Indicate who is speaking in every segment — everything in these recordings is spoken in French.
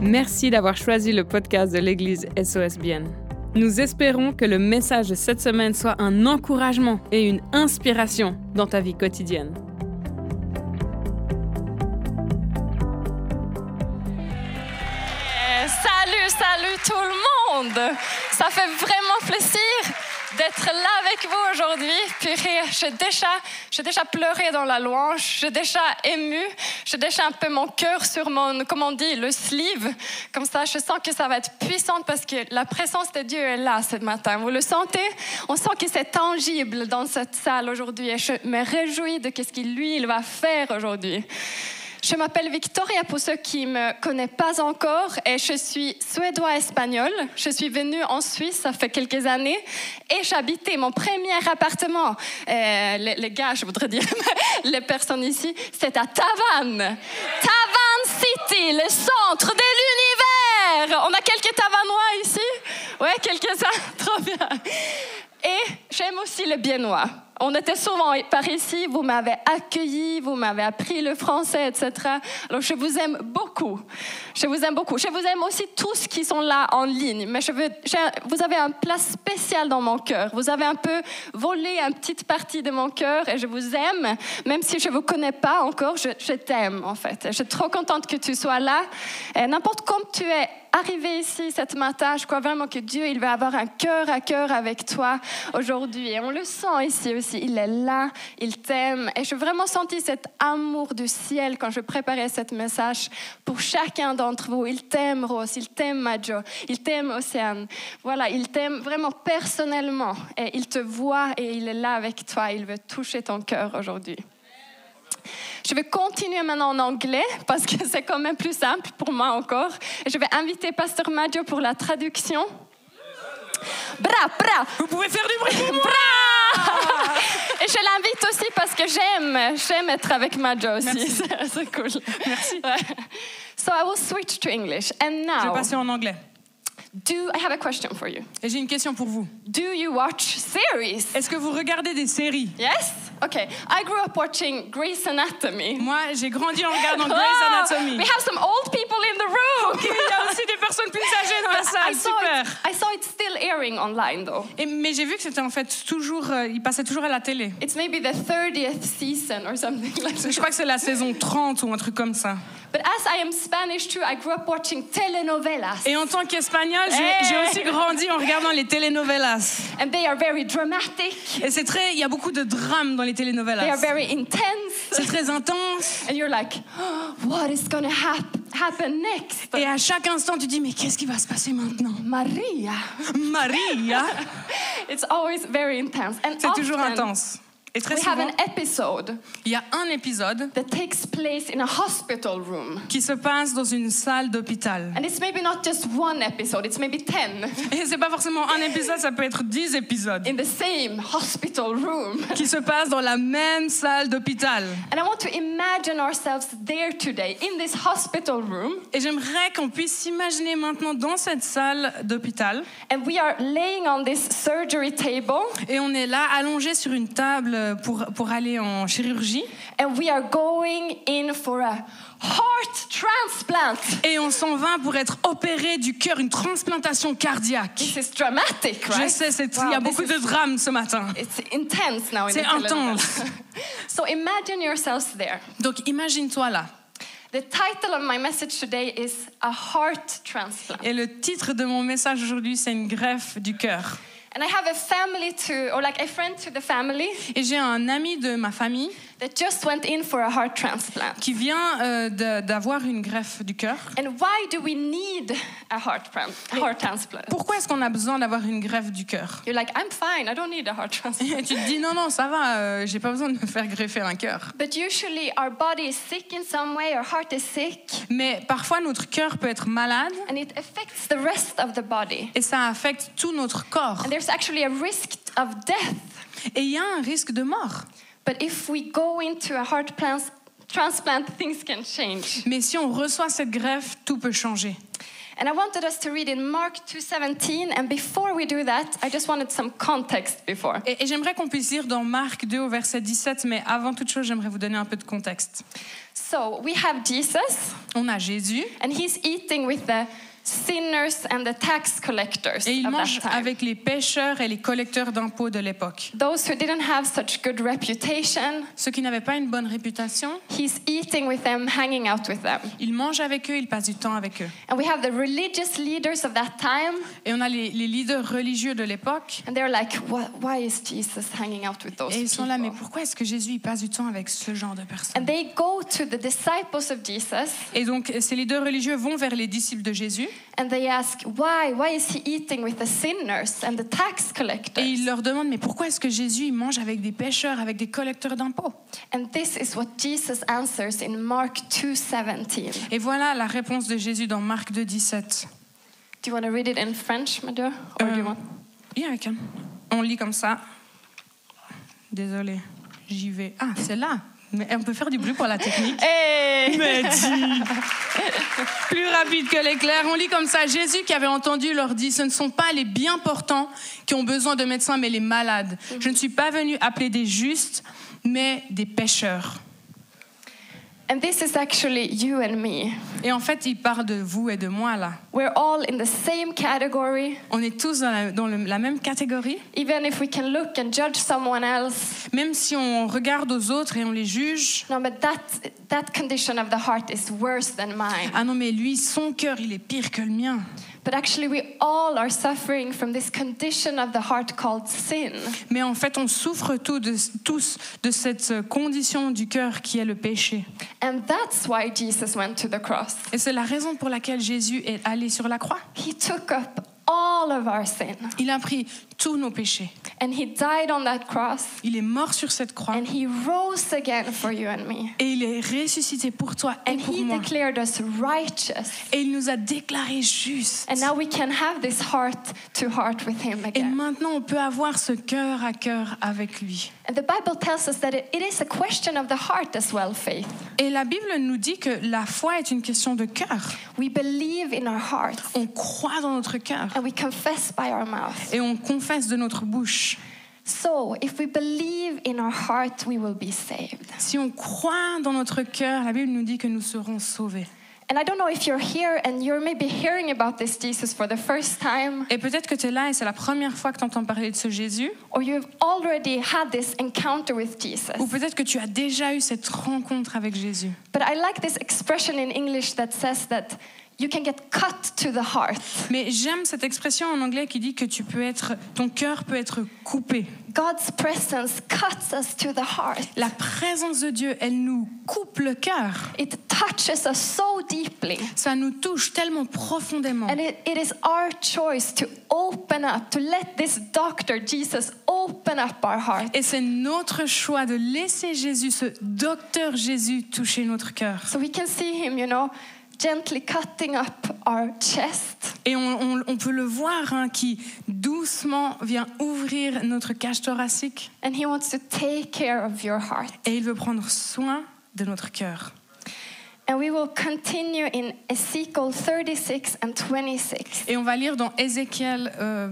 Speaker 1: Merci d'avoir choisi le podcast de l'Église SOSBN. Nous espérons que le message de cette semaine soit un encouragement et une inspiration dans ta vie quotidienne.
Speaker 2: Euh, Salut, salut tout le monde! Ça fait vraiment plaisir d'être là avec vous aujourd'hui. Purée, je suis déjà, je suis déjà pleuré dans la louange, je suis déjà émue, j'ai déjà un peu mon cœur sur mon, comment on dit, le sleeve. Comme ça, je sens que ça va être puissant parce que la présence de Dieu est là ce matin. Vous le sentez? On sent que c'est tangible dans cette salle aujourd'hui et je me réjouis de qu'est-ce qu'il, lui, il va faire aujourd'hui. Je m'appelle Victoria pour ceux qui ne me connaissent pas encore et je suis suédois-espagnole. Je suis venue en Suisse ça fait quelques années et j'habitais mon premier appartement. Euh, les, les gars, je voudrais dire, mais les personnes ici, c'est à Tavannes. Tavannes City, le centre de l'univers. On a quelques Tavannois ici Ouais, quelques-uns. Trop bien. Et j'aime aussi le biennois. On était souvent par ici, vous m'avez accueilli, vous m'avez appris le français, etc. Alors je vous aime beaucoup. Je vous aime beaucoup. Je vous aime aussi tous qui sont là en ligne. Mais je veux, j'ai- vous avez un place spécial dans mon cœur. Vous avez un peu volé une petite partie de mon cœur et je vous aime. Même si je ne vous connais pas encore, je, je t'aime en fait. Je suis trop contente que tu sois là. Et n'importe comme tu es arrivé ici cette matin, je crois vraiment que Dieu, il va avoir un cœur à cœur avec toi aujourd'hui. Et on le sent ici aussi. Il est là, il t'aime. Et j'ai vraiment senti cet amour du ciel quand je préparais cette message pour chacun d'entre vous. Il t'aime, Rose. Il t'aime, Majo. Il t'aime, Océane. Voilà, il t'aime vraiment personnellement. Et il te voit et il est là avec toi. Il veut toucher ton cœur aujourd'hui. Je vais continuer maintenant en anglais parce que c'est quand même plus simple pour moi encore. Et Je vais inviter Pasteur Maggio pour la traduction. Bra, bra,
Speaker 3: Vous pouvez faire du bruit pour moi
Speaker 2: bra Et je l'invite aussi parce que j'aime, j'aime être avec Maggio aussi.
Speaker 3: Merci.
Speaker 2: C'est- C'est cool.
Speaker 3: Merci.
Speaker 2: Ouais. So I will switch to English. And
Speaker 3: Je vais
Speaker 2: now,
Speaker 3: passer en anglais.
Speaker 2: do I have a question for you?
Speaker 3: Et j'ai une question pour vous.
Speaker 2: Do you watch series?
Speaker 3: Est-ce que vous regardez des séries
Speaker 2: Yes? Okay. I grew up watching Grey's Anatomy.
Speaker 3: Moi, j'ai grandi en regardant Grey's
Speaker 2: Wow,
Speaker 3: Anatomy.
Speaker 2: We have some old people in the room.
Speaker 3: Ok, Il y a aussi des personnes plus âgées dans la
Speaker 2: I
Speaker 3: salle,
Speaker 2: saw, it,
Speaker 3: super.
Speaker 2: I saw it still airing online though.
Speaker 3: Et- mais j'ai vu que c'était en fait toujours, euh, il passait toujours à la télé.
Speaker 2: It's maybe the 30th season or something like
Speaker 3: Je
Speaker 2: that.
Speaker 3: crois que c'est la saison 30 ou un truc comme ça.
Speaker 2: But as I am Spanish too, I grew up watching telenovelas.
Speaker 3: Et en tant qu'espagnol, j'ai
Speaker 2: Hey.
Speaker 3: j'ai aussi grandi en regardant les telenovelas.
Speaker 2: And they are very dramatic,
Speaker 3: Et c'est très, il y a beaucoup de drames dans les
Speaker 2: they are
Speaker 3: telenovelas.
Speaker 2: very intense.
Speaker 3: C'est très intense.
Speaker 2: And you're like, "Oh, what is gonna hap- happen next?
Speaker 3: Et à chaque instant, tu dis mais qu'est-ce qui va se passer maintenant,
Speaker 2: Maria.
Speaker 3: Maria
Speaker 2: It's always very intense. And
Speaker 3: C'est toujours
Speaker 2: often
Speaker 3: intense. Et très
Speaker 2: We have
Speaker 3: souvent,
Speaker 2: an episode
Speaker 3: il y a un épisode
Speaker 2: that takes place in a hospital room.
Speaker 3: qui se passe dans une salle d'hôpital.
Speaker 2: And it's maybe not just one episode, it's maybe 10
Speaker 3: Et c'est pas forcément un épisode, ça peut être dix épisodes
Speaker 2: in the same hospital room.
Speaker 3: qui se passent dans la même salle d'hôpital.
Speaker 2: And I want to imagine ourselves there today in this hospital room,
Speaker 3: Et j'aimerais qu'on puisse s'imaginer maintenant dans cette salle d'hôpital.
Speaker 2: and we are laying on this surgery table,
Speaker 3: Et on est là, allongé sur une table pour, pour aller en chirurgie.
Speaker 2: and we are going in for a heart transplant.
Speaker 3: Et on s'en va pour être opéré du cœur, une transplantation cardiaque.
Speaker 2: This is dramatic,
Speaker 3: Je
Speaker 2: right?
Speaker 3: sais, c'est-
Speaker 2: Wow,
Speaker 3: il y a
Speaker 2: this
Speaker 3: beaucoup
Speaker 2: is-
Speaker 3: de drames ce matin.
Speaker 2: It's intense now in
Speaker 3: C'est
Speaker 2: the telenovela.
Speaker 3: intense.
Speaker 2: so imagine yourselves there.
Speaker 3: Donc imagine-toi là.
Speaker 2: The title of my message today is a heart transplant,
Speaker 3: Et le titre de mon message aujourd'hui, c'est une greffe du cœur.
Speaker 2: and I have a family to, or like a friend to the family
Speaker 3: Et j'ai un ami de ma famille
Speaker 2: that just went in for a heart transplant.
Speaker 3: qui vient euh, de- d'avoir une greffe du cœur.
Speaker 2: And why do we need a heart, tran- heart transplant?
Speaker 3: Pourquoi est-ce qu'on a besoin d'avoir une greffe du cœur
Speaker 2: You're like, I'm fine, I don't need a heart transplant.
Speaker 3: Et tu te dis non, non, ça va, euh, j'ai pas besoin de me faire greffer un cœur.
Speaker 2: But usually our body is sick in some way, our heart is sick,
Speaker 3: Mais parfois, notre cœur peut être malade
Speaker 2: and it affects the rest of the body.
Speaker 3: et ça affecte tout notre corps.
Speaker 2: And there's actually a risk of death.
Speaker 3: Et il y a un risque de mort.
Speaker 2: But if we go into a heart plans- transplant, things can change.
Speaker 3: Mais si on reçoit cette greffe, tout peut changer.
Speaker 2: And I wanted us to read in Mark 2:17. And before we do that, I just wanted some context before.
Speaker 3: Et, et j'aimerais qu'on puisse lire dans Marc 2 au verset 17, mais avant toute chose, j'aimerais vous donner un peu de contexte.
Speaker 2: So we have Jesus,
Speaker 3: On a Jésus
Speaker 2: and he's eating with the sinners and the tax collectors
Speaker 3: et il
Speaker 2: of
Speaker 3: mange
Speaker 2: that time.
Speaker 3: avec les pêcheurs et les collecteurs d'impôts de l'époque.
Speaker 2: Those who didn't have such good reputation,
Speaker 3: Ceux qui n'avaient pas une bonne réputation,
Speaker 2: he's eating with them, hanging out with them.
Speaker 3: il mange avec eux, il passe du temps avec eux.
Speaker 2: And we have the religious leaders of that time,
Speaker 3: Et on a les, les leaders religieux de l'époque.
Speaker 2: and they're like, "Wha- why is Jesus hanging out with those
Speaker 3: Et ils sont là, mais
Speaker 2: people?
Speaker 3: pourquoi est-ce que Jésus il passe du temps avec ce genre de personnes
Speaker 2: And they go to the disciples of Jesus
Speaker 3: Et donc ces leaders religieux vont vers les disciples de Jésus
Speaker 2: and they ask, why? Why is he eating with the sinners and the tax
Speaker 3: et
Speaker 2: collectors?
Speaker 3: ils leur demandent, mais pourquoi est-ce que Jésus il mange avec des pêcheurs, avec des collecteurs d'impôts
Speaker 2: And this is what Jesus answers in Mark 2:17.
Speaker 3: Et voilà la réponse de Jésus dans Marc 2, 17.
Speaker 2: Do you want to read it in French, Madhu? Or do you
Speaker 3: Euh,
Speaker 2: want?
Speaker 3: yeah, I can. On lit comme ça. Désolée, j'y vais. Ah, c'est là. Mais on peut faire du bruit pour la technique.
Speaker 2: Hey!
Speaker 3: Mais dis Plus rapide que l'éclair, on lit comme ça. Jésus qui avait entendu leur dit, ce ne sont pas les bien portants qui ont besoin de médecins, mais les malades. Je ne suis pas venu appeler des justes, mais des pécheurs.
Speaker 2: And this is actually you and me.
Speaker 3: Et en fait, il parle de vous et de moi là.
Speaker 2: We're all in the same category,
Speaker 3: On est tous dans la, dans le- la même catégorie.
Speaker 2: even if we can look and judge someone else.
Speaker 3: Même si on regarde aux autres et on les juge.
Speaker 2: No, but that, that condition of the heart is worse than mine.
Speaker 3: Ah non, mais lui, son cœur, il est pire que le mien.
Speaker 2: But actually, we all are suffering from this condition of the heart called sin.
Speaker 3: Mais en fait, on souffre tous de, tous de cette condition du cœur qui est le péché.
Speaker 2: And that's why Jesus went to the cross.
Speaker 3: Et c'est la raison pour laquelle Jésus est allé sur la croix.
Speaker 2: He took up all of our sin
Speaker 3: Il a pris tous nos péchés.
Speaker 2: and He died on that cross
Speaker 3: Il est mort sur cette croix.
Speaker 2: and He rose again for you and me.
Speaker 3: Et il est ressuscité pour toi et
Speaker 2: And
Speaker 3: pour
Speaker 2: He
Speaker 3: moi.
Speaker 2: declared us righteous.
Speaker 3: Et il nous a déclarés justes.
Speaker 2: And now we can have this heart to heart with Him
Speaker 3: Et
Speaker 2: again.
Speaker 3: maintenant, on peut avoir ce cœur à cœur avec lui.
Speaker 2: And the Bible tells us that it, it is a question of the heart as well, faith.
Speaker 3: Et la Bible nous dit que la foi est une question de cœur.
Speaker 2: We believe in our hearts
Speaker 3: On croit dans notre cœur
Speaker 2: and we confess by our mouth.
Speaker 3: et on confesse de notre bouche.
Speaker 2: So, if we believe in our heart, we will be saved.
Speaker 3: Si on croit dans notre cœur, la Bible nous dit que nous serons sauvés.
Speaker 2: And I don't know if you're here and you're maybe hearing about this Jesus for the first time,
Speaker 3: Et peut-être que tu es là et c'est la première fois que tu entends parler de ce Jésus,
Speaker 2: or you've already had this encounter with Jesus.
Speaker 3: ou peut-être que tu as déjà eu cette rencontre avec Jésus.
Speaker 2: But I like this expression in English that says that you can get cut to the heart.
Speaker 3: Mais j'aime cette expression en anglais qui dit que tu peux être, ton cœur peut être coupé.
Speaker 2: God's presence cuts us to the heart.
Speaker 3: La présence de Dieu, elle nous coupe le cœur.
Speaker 2: It touches us so deeply.
Speaker 3: Ça nous touche tellement profondément.
Speaker 2: And it, it is our choice to open up, to let this doctor, Jesus, open up our heart.
Speaker 3: Et c'est notre choix de laisser Jésus, ce docteur Jésus, toucher notre cœur.
Speaker 2: So we can see him, you know, gently cutting up our chest.
Speaker 3: Et on, on- on peut le voir hein, qui doucement vient ouvrir notre cage thoracique
Speaker 2: And he wants to take care of your heart.
Speaker 3: et il veut prendre soin de notre cœur.
Speaker 2: And we will continue in Ezekiel 36 and 26.
Speaker 3: Et on va lire dans Ézéchiel euh,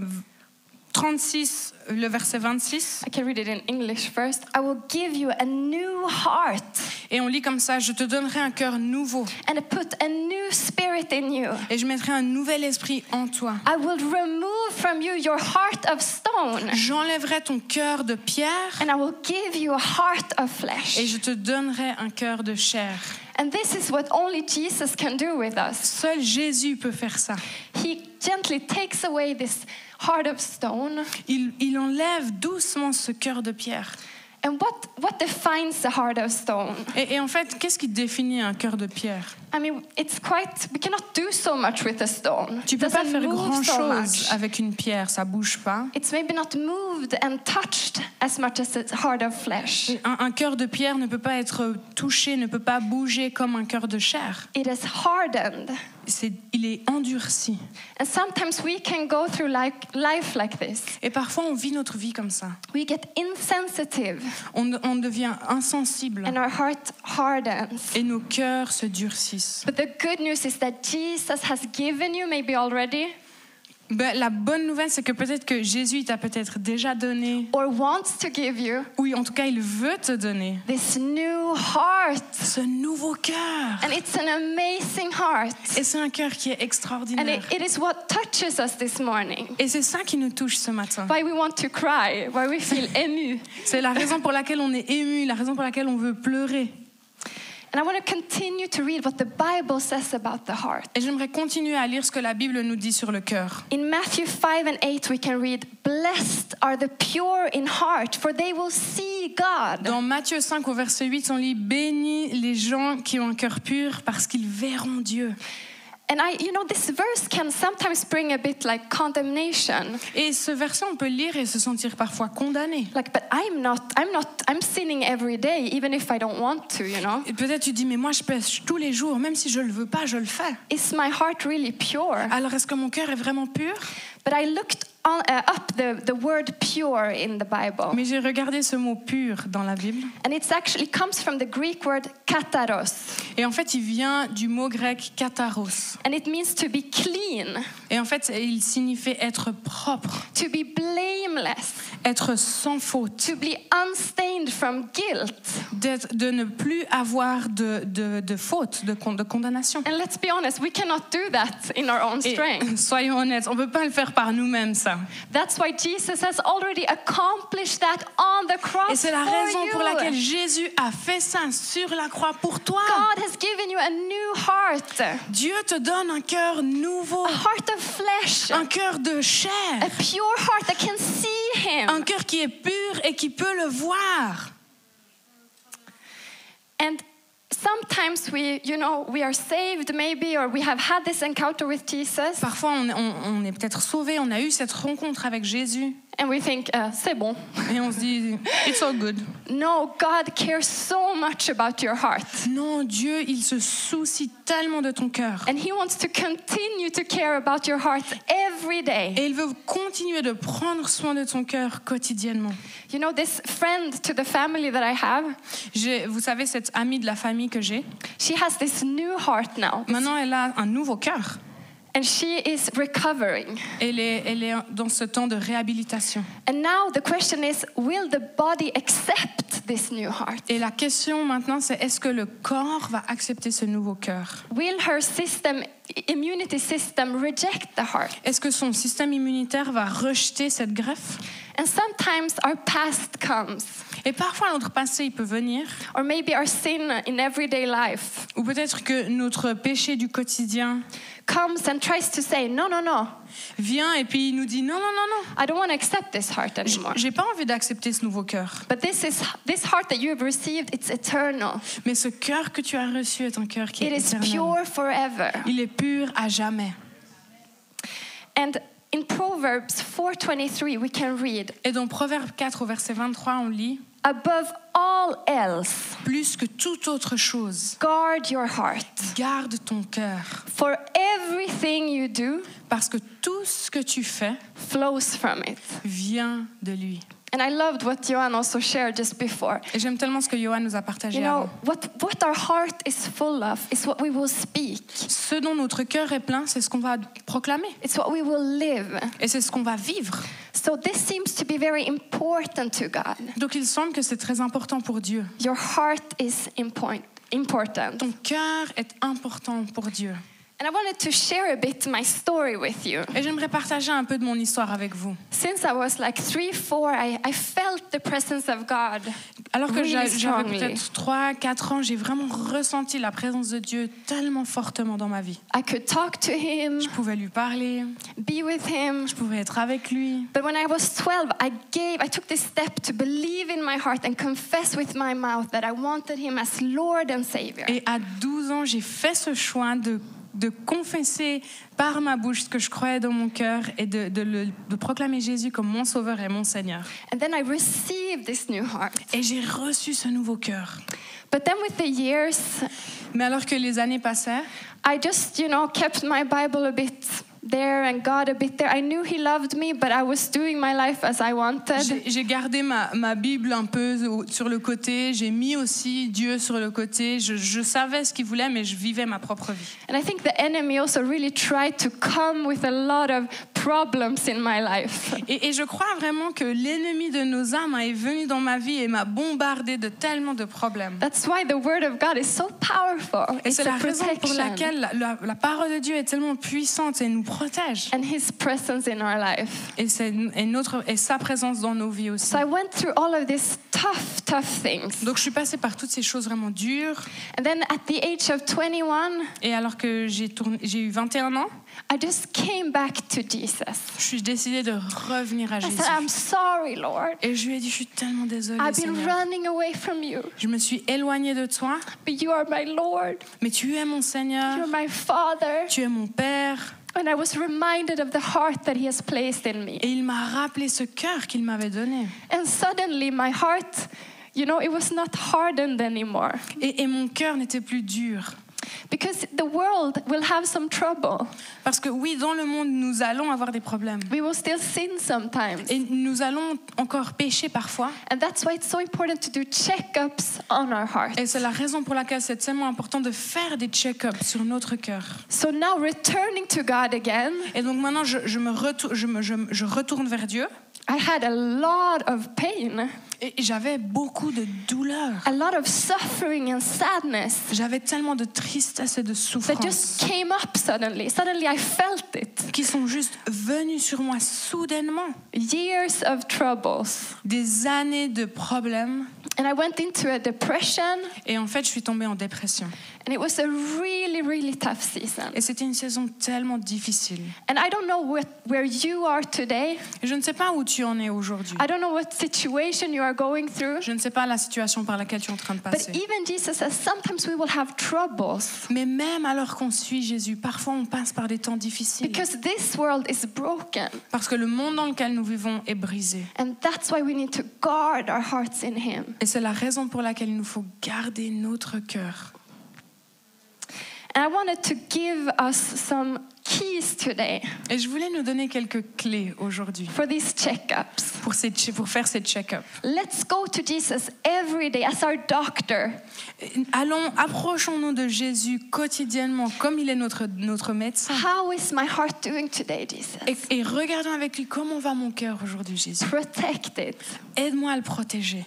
Speaker 3: 36, le verset 26.
Speaker 2: I can read it in English first. I will give you a new heart
Speaker 3: Et on lit comme ça, je te donnerai un cœur nouveau
Speaker 2: and put a new spirit in you.
Speaker 3: et je mettrai un nouvel esprit en toi.
Speaker 2: I will remove from you your heart of stone
Speaker 3: J'enlèverai ton cœur de pierre
Speaker 2: and I will give you a heart of flesh.
Speaker 3: et je te donnerai un cœur de chair.
Speaker 2: And this is what only Jesus can do with us.
Speaker 3: Seul Jésus peut faire ça.
Speaker 2: He gently takes away this heart of stone.
Speaker 3: Il, il enlève doucement ce cœur de pierre.
Speaker 2: And what, what defines the heart of stone?
Speaker 3: Et, et en fait, qu'est-ce qui définit un cœur de pierre
Speaker 2: I mean, it's quite, we cannot do so much with a stone.
Speaker 3: Tu
Speaker 2: It
Speaker 3: peux pas
Speaker 2: doesn't
Speaker 3: faire grand
Speaker 2: move so
Speaker 3: chose
Speaker 2: much.
Speaker 3: avec une pierre, ça bouge pas.
Speaker 2: It's maybe not moved and touched as much as a heart of flesh.
Speaker 3: Un, un cœur de pierre ne peut pas être touché, ne peut pas bouger comme un cœur de chair.
Speaker 2: It is hardened.
Speaker 3: C'est, il est endurci.
Speaker 2: And sometimes we can go through like, life like this.
Speaker 3: Et parfois, on vit notre vie comme ça.
Speaker 2: We get insensitive
Speaker 3: On, on devient insensible
Speaker 2: and our heart hardens.
Speaker 3: et nos cœurs se plus.
Speaker 2: But the good news is that Jesus has given you, maybe already,
Speaker 3: Ben, la bonne nouvelle, c'est que peut-être que Jésus il t'a peut-être déjà donné,
Speaker 2: or wants to give you,
Speaker 3: oui, en tout cas, il veut te donner
Speaker 2: this new heart.
Speaker 3: ce nouveau cœur.
Speaker 2: And it's an amazing heart.
Speaker 3: Et c'est un cœur qui est
Speaker 2: And it,
Speaker 3: extraordinaire.
Speaker 2: it is what touches us this morning.
Speaker 3: Et c'est ça qui nous touche ce matin.
Speaker 2: Why we want to cry, why we feel ému.
Speaker 3: C'est la raison pour laquelle on est ému, la raison pour laquelle on veut pleurer.
Speaker 2: And I want to continue to read what the Bible says about the heart.
Speaker 3: Et j'aimerais continuer à lire ce que la Bible nous dit sur le cœur.
Speaker 2: In Matthew 5 and 8, we can read, Blessed are the pure in heart, for they will see God.
Speaker 3: Dans Matthieu 5 au verset 8, on lit Bénis les gens qui ont un cœur pur parce qu'ils verront Dieu.
Speaker 2: And I, you know, this verse can sometimes bring a bit like condemnation.
Speaker 3: Et ce verset, on peut le lire et se sentir parfois condamné.
Speaker 2: Like, but I'm not, I'm not, I'm sinning every day, even if I don't want to, you know?
Speaker 3: Et peut-être tu dis Mais moi, je pêche tous les jours, même si je le veux pas, je le fais.
Speaker 2: Is my heart really pure?
Speaker 3: Alors est-ce que mon cœur est vraiment pur
Speaker 2: But I looked on, uh, up the, the word pure in the Bible.
Speaker 3: Mais j'ai regardé ce mot pur dans la Bible.
Speaker 2: And it actually comes from the Greek word kataros.
Speaker 3: Et en fait, il vient du mot grec kataros.
Speaker 2: And it means to be clean,
Speaker 3: Et en fait, il signifie être propre,
Speaker 2: to be blameless,
Speaker 3: être sans faute,
Speaker 2: to be unstained from guilt.
Speaker 3: d'être- de ne plus avoir de, de- de faute, de, con- de condamnation.
Speaker 2: And let's be honest, we cannot do that in our own
Speaker 3: Et
Speaker 2: strength.
Speaker 3: soyons honnêtes, on ne peut pas le faire par nous-mêmes, ça.
Speaker 2: That's why Jesus has already accomplished that on the cross.
Speaker 3: Et c'est la
Speaker 2: Oh, for
Speaker 3: raison pour
Speaker 2: you.
Speaker 3: laquelle Jésus a fait ça sur la croix pour toi.
Speaker 2: God has given you a new heart, a
Speaker 3: Dieu te donne un cœur nouveau,
Speaker 2: heart of flesh,
Speaker 3: un cœur de chair,
Speaker 2: a pure heart that can see Him.
Speaker 3: un cœur qui est pur et qui peut le voir.
Speaker 2: And sometimes we, you know, we are saved maybe, or we have had this encounter with Jesus,
Speaker 3: Parfois, on, on- on est peut-être sauvé, on a eu cette rencontre avec Jésus
Speaker 2: and we think, uh, c'est bon.
Speaker 3: et on se dit, it's all good.
Speaker 2: No, God cares so much about your heart.
Speaker 3: Non, Dieu, il se soucie tellement de ton cœur.
Speaker 2: And He wants to continue to care about your heart every day.
Speaker 3: Et il veut continuer de prendre soin de ton cœur quotidiennement.
Speaker 2: You know, this friend to the family that I have,
Speaker 3: J'ai- Vous savez, cette amie de la famille que j'ai,
Speaker 2: she has this new heart now,
Speaker 3: maintenant elle a un nouveau cœur.
Speaker 2: and she is recovering.
Speaker 3: Elle est, elle est dans ce temps de réhabilitation.
Speaker 2: And now the question is will the body accept this new heart?
Speaker 3: Et la question maintenant, c'est est-ce que le corps va accepter ce nouveau cœur
Speaker 2: Will her system, immunity system, reject the heart?
Speaker 3: Est-ce que son système immunitaire va rejeter cette greffe
Speaker 2: And sometimes our past comes,
Speaker 3: Et parfois, notre passé, il peut venir.
Speaker 2: or maybe our sin in everyday life
Speaker 3: Ou peut-être que notre péché du quotidien
Speaker 2: comes and tries to say, No, no, no,
Speaker 3: vient et puis il nous dit non, non, non, non.
Speaker 2: I don't want to accept this heart anymore.
Speaker 3: J'ai pas envie d'accepter ce nouveau cœur.
Speaker 2: But this, is, this heart that you have received, it's eternal.
Speaker 3: Mais ce cœur que tu as reçu est un cœur qui
Speaker 2: It
Speaker 3: est
Speaker 2: is
Speaker 3: éternel.
Speaker 2: pure forever.
Speaker 3: Il est pur à jamais.
Speaker 2: And in Proverbs 4:23 we can read,
Speaker 3: Et dans Proverbe 4 au verset 23, on lit
Speaker 2: above all else,
Speaker 3: Plus que toute autre chose,
Speaker 2: guard your heart,
Speaker 3: garde ton cœur,
Speaker 2: for everything you do
Speaker 3: parce que tout ce que tu fais
Speaker 2: flows from it.
Speaker 3: vient de lui.
Speaker 2: And I loved what Johan also shared just before.
Speaker 3: Et j'aime tellement ce que Johan nous a partagé.
Speaker 2: You know,
Speaker 3: avant.
Speaker 2: what, what our heart is full of is what we will speak,
Speaker 3: Ce dont notre cœur est plein, c'est ce qu'on va proclamer
Speaker 2: it's what we will live.
Speaker 3: et c'est ce qu'on va vivre.
Speaker 2: So, this seems to be very important to God.
Speaker 3: Donc il semble que c'est très important pour Dieu.
Speaker 2: Your heart is import- important.
Speaker 3: Ton cœur est important pour Dieu.
Speaker 2: And I wanted to share a bit my story with you.
Speaker 3: Et j'aimerais partager un peu de mon histoire avec vous.
Speaker 2: Since I was like three, four, I, I felt the presence of God.
Speaker 3: Alors que
Speaker 2: Really
Speaker 3: j'a- j'avais
Speaker 2: strongly.
Speaker 3: peut-être 3, 4 ans, j'ai vraiment ressenti la présence de Dieu tellement fortement dans ma vie.
Speaker 2: I could talk to Him,
Speaker 3: Je pouvais lui parler,
Speaker 2: be with Him.
Speaker 3: je pouvais être avec lui.
Speaker 2: But when I was 12, I gave, I took this step to believe in my heart and confess with my mouth that I wanted him as Lord and Savior.
Speaker 3: Et à 12 ans, j'ai fait ce choix de, de confesser par ma bouche ce que je croyais dans mon cœur et de, de le- de proclamer Jésus comme mon sauveur et mon Seigneur.
Speaker 2: And then I received this new heart.
Speaker 3: Et j'ai reçu ce nouveau cœur.
Speaker 2: But then with the years,
Speaker 3: Mais alors que les années passaient,
Speaker 2: I just, you know, kept my Bible a bit there and God a bit there. I knew He loved me, but I was doing my life as I wanted.
Speaker 3: J'ai- J'ai gardé ma, ma Bible un peu au- sur le côté, j'ai mis aussi Dieu sur le côté. Je, je savais ce qu'il voulait, mais je vivais ma propre vie.
Speaker 2: And I think the enemy also really tried to come with a lot of problems in my life.
Speaker 3: Et, et je crois vraiment que l'ennemi de nos âmes hein, est venu dans ma vie et m'a bombardé de tellement de problèmes.
Speaker 2: That's why the Word of God is so powerful.
Speaker 3: Et
Speaker 2: It's
Speaker 3: c'est
Speaker 2: a
Speaker 3: la raison pour
Speaker 2: protection.
Speaker 3: laquelle la, la- la parole de Dieu est tellement puissante et nous protège.
Speaker 2: And His presence in our life.
Speaker 3: Et, c'est- et notre, et sa présence dans nos vies aussi.
Speaker 2: So I went through all of these tough, tough things.
Speaker 3: Donc je suis passée par toutes ces choses vraiment dures.
Speaker 2: And then at the age of 21,
Speaker 3: Et alors que j'ai tourné- j'ai eu 21 ans,
Speaker 2: I just came back to Jesus.
Speaker 3: je suis décidée de revenir à
Speaker 2: I
Speaker 3: Jésus.
Speaker 2: said, I'm sorry, Lord.
Speaker 3: Et je lui ai dit, je suis tellement désolée.
Speaker 2: I've been
Speaker 3: Seigneur.
Speaker 2: running away from you,
Speaker 3: Je me suis éloignée de toi,
Speaker 2: but you are my Lord.
Speaker 3: mais tu es mon Seigneur,
Speaker 2: You're my Father.
Speaker 3: tu es mon Père.
Speaker 2: And I was reminded of the heart that He has placed in me.
Speaker 3: Et il m'a rappelé ce cœur qu'il m'avait donné.
Speaker 2: And suddenly, my heart, you know, it was not hardened anymore.
Speaker 3: Et, et mon cœur n'était plus dur.
Speaker 2: Because the world will have some trouble.
Speaker 3: Parce que oui, dans le monde, nous allons avoir des problèmes.
Speaker 2: We will still sin sometimes.
Speaker 3: Et nous allons encore pécher parfois.
Speaker 2: And that's why it's so important to do checkups on our heart.
Speaker 3: Et c'est la raison pour laquelle c'est tellement important de faire des check-ups sur notre cœur.
Speaker 2: So now, returning to God again,
Speaker 3: Et donc maintenant, je, je me retour- je me- je me- je retourne vers Dieu.
Speaker 2: I had a lot of pain,
Speaker 3: Et j'avais beaucoup de douleur.
Speaker 2: a lot of suffering and sadness
Speaker 3: J'avais tellement de tristesse et de
Speaker 2: that
Speaker 3: souffrance.
Speaker 2: just came up suddenly. Suddenly, I felt it.
Speaker 3: qui sont juste venus sur moi soudainement.
Speaker 2: Years of troubles.
Speaker 3: Des années de problèmes.
Speaker 2: And I went into a depression,
Speaker 3: Et en fait, je suis tombée en dépression.
Speaker 2: and it was a really, really tough season.
Speaker 3: Et c'était une saison tellement difficile.
Speaker 2: And I don't know what, where you are today.
Speaker 3: Et je ne sais pas où tu en es aujourd'hui.
Speaker 2: I don't know what situation you are going through.
Speaker 3: Je ne sais pas la situation par laquelle tu es en train de
Speaker 2: But
Speaker 3: passer.
Speaker 2: even Jesus says sometimes we will have troubles
Speaker 3: Mais même alors qu'on suit Jésus, parfois on passe par des temps difficiles.
Speaker 2: because this world is broken.
Speaker 3: Parce que le monde dans lequel nous vivons est brisé.
Speaker 2: And that's why we need to guard our hearts in Him.
Speaker 3: Et c'est la raison pour laquelle il nous faut garder notre cœur.
Speaker 2: And I wanted to give us some keys today
Speaker 3: Et je voulais nous donner quelques clés aujourd'hui
Speaker 2: for these checkups.
Speaker 3: pour, ces- pour faire ces check-ups.
Speaker 2: Let's go to Jesus every day as our doctor.
Speaker 3: Allons, approchons-nous de Jésus quotidiennement, comme il est notre, notre médecin.
Speaker 2: How is my heart doing today, Jesus?
Speaker 3: Et, et regardons avec lui comment va mon cœur aujourd'hui, Jésus.
Speaker 2: Protect it.
Speaker 3: Aide-moi à le protéger.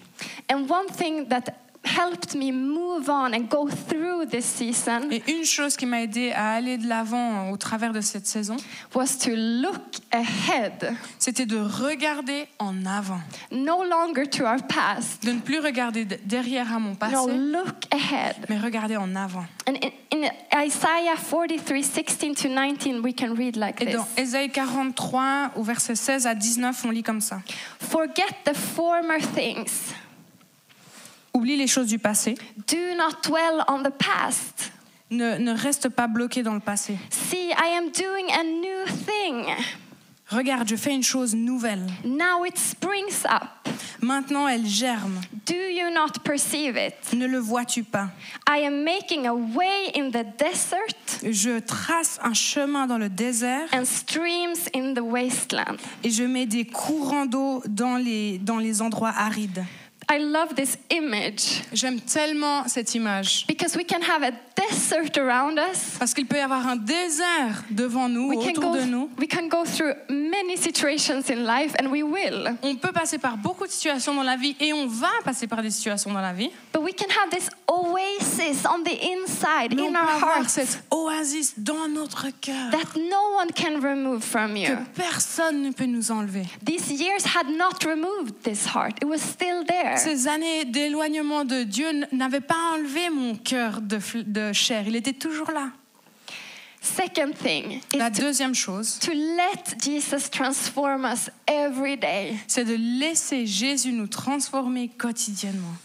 Speaker 2: And one thing that helped me move on and go through this season
Speaker 3: Et une chose qui m'a aidé à aller de l'avant au travers de cette saison,
Speaker 2: was to look ahead,
Speaker 3: c'était de regarder en avant,
Speaker 2: no longer to our past.
Speaker 3: de ne plus regarder de- derrière à mon
Speaker 2: No,
Speaker 3: passé,
Speaker 2: look ahead.
Speaker 3: mais regarder en avant.
Speaker 2: And in, in Isaiah 43, 16 to 19, we can read like
Speaker 3: Et dans
Speaker 2: this.
Speaker 3: Ésaïe 43, au verset 16 à 19, on lit comme ça.
Speaker 2: Forget the former things.
Speaker 3: Oublie les choses du passé.
Speaker 2: Do not dwell on the past.
Speaker 3: Ne, ne reste pas bloqué dans le passé.
Speaker 2: See, I am doing a new thing.
Speaker 3: Regarde, je fais une chose nouvelle.
Speaker 2: Now it springs up.
Speaker 3: Maintenant, elle germe.
Speaker 2: Do you not perceive it?
Speaker 3: Ne le vois-tu pas
Speaker 2: I am making a way in the desert
Speaker 3: Je trace un chemin dans le désert
Speaker 2: and streams in the wasteland.
Speaker 3: et je mets des courants d'eau dans les, dans les endroits arides.
Speaker 2: I love this image
Speaker 3: J'aime tellement cette image.
Speaker 2: because we can have a desert around us.
Speaker 3: Parce qu'il peut y avoir un désert devant nous,
Speaker 2: We can,
Speaker 3: autour de
Speaker 2: go,
Speaker 3: nous.
Speaker 2: we can go through many situations in life, and we will.
Speaker 3: On peut passer par beaucoup de situations dans la vie et on va passer par des situations dans la vie.
Speaker 2: But we can have this oasis on the inside,
Speaker 3: Mais on
Speaker 2: in
Speaker 3: peut
Speaker 2: our
Speaker 3: avoir
Speaker 2: hearts,
Speaker 3: cette oasis dans notre cœur
Speaker 2: that no one can remove from
Speaker 3: que
Speaker 2: you.
Speaker 3: personne ne peut nous enlever.
Speaker 2: These years had not removed this heart, it was still there.
Speaker 3: Ces années d'éloignement de Dieu n- n'avaient pas enlevé mon cœur de, fl- de chair. Il était toujours là.
Speaker 2: Second thing
Speaker 3: La
Speaker 2: is to,
Speaker 3: deuxième chose,
Speaker 2: to let Jesus transform us every day.
Speaker 3: c'est de laisser Jésus nous transformer quotidiennement.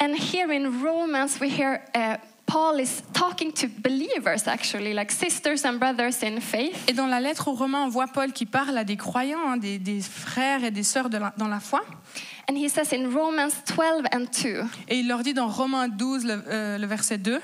Speaker 2: And here in Romans, we hear uh, Paul is talking to believers, actually, like sisters and brothers in faith.
Speaker 3: Et dans la lettre aux Romains, on voit Paul qui parle à des croyants, hein, des, des frères et des sœurs de la- dans la foi.
Speaker 2: And he says in Romans 12 and 2,
Speaker 3: Et il leur dit dans Romains 12, le, euh, le verset 2,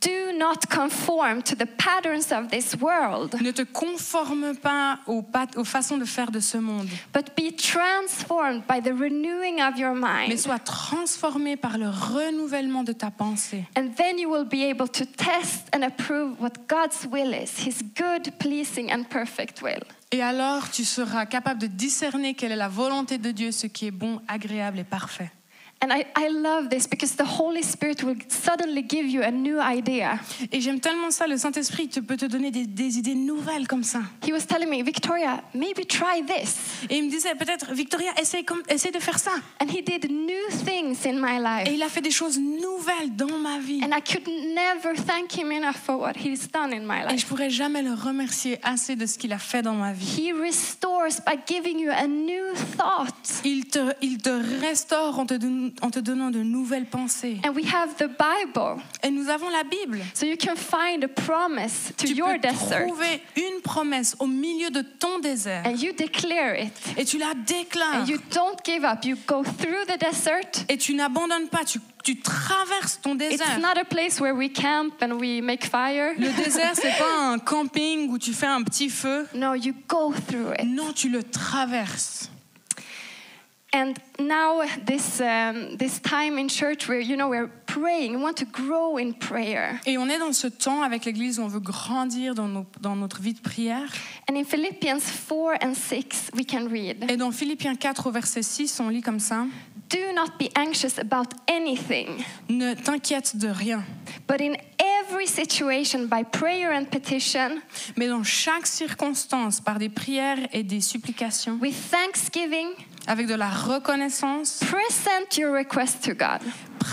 Speaker 2: do not conform to the patterns of this world,
Speaker 3: Ne te conforme pas aux, pat- aux façons de faire de ce monde,
Speaker 2: but be transformed by the renewing of your
Speaker 3: mais
Speaker 2: mind.
Speaker 3: sois transformé par le renouvellement de ta pensée.
Speaker 2: And then you will be able to test and approve what God's will is, his good, pleasing, and perfect will.
Speaker 3: Et alors tu seras capable de discerner quelle est la volonté de Dieu, ce qui est bon, agréable et parfait.
Speaker 2: And I, I love this because the Holy Spirit will suddenly give you a new idea.
Speaker 3: Et j'aime tellement ça, le Saint-Esprit te- peut te donner des, des idées nouvelles comme ça.
Speaker 2: He was telling me, Victoria, maybe try this.
Speaker 3: Et il me disait peut-être, Victoria, essaye, comme, essaye de faire ça.
Speaker 2: And he did new things in my life.
Speaker 3: Et il a fait des choses nouvelles dans ma vie.
Speaker 2: And I could never thank him enough for what he's done in my
Speaker 3: Et je
Speaker 2: life.
Speaker 3: pourrais jamais le remercier assez de ce qu'il a fait dans ma vie.
Speaker 2: He restores by giving you a new thought.
Speaker 3: Il te, il te restaure en te, don- en te donnant de nouvelles pensées.
Speaker 2: And we have the Bible,
Speaker 3: Et nous avons la Bible.
Speaker 2: so you can find a promise to
Speaker 3: Tu
Speaker 2: your
Speaker 3: peux
Speaker 2: desert.
Speaker 3: trouver une promesse au milieu de ton désert.
Speaker 2: And you declare it.
Speaker 3: Et tu la déclares.
Speaker 2: And you don't give up. You go through the desert.
Speaker 3: Et tu n'abandonnes pas. Tu, tu traverses ton
Speaker 2: It's
Speaker 3: désert.
Speaker 2: not a place where we camp and we make fire.
Speaker 3: Le désert, c'est pas un camping où tu fais un petit feu.
Speaker 2: No, you go through it.
Speaker 3: Non, tu le traverses.
Speaker 2: And now this um, this time in church where you know we're praying, we want to grow in prayer.
Speaker 3: Et on est dans ce temps avec l'Église où on veut grandir dans, nos- dans notre vie de prière.
Speaker 2: And in Philippians 4 and 6 we can read,
Speaker 3: Et dans Philippiens 4 au verset 6, on lit comme ça.
Speaker 2: "Do not be anxious about anything,
Speaker 3: Ne t'inquiète de rien,
Speaker 2: but in every situation by prayer and petition,
Speaker 3: mais dans chaque circonstance, par des prières et des supplications,
Speaker 2: with thanksgiving,
Speaker 3: avec de la reconnaissance,
Speaker 2: present your request to God."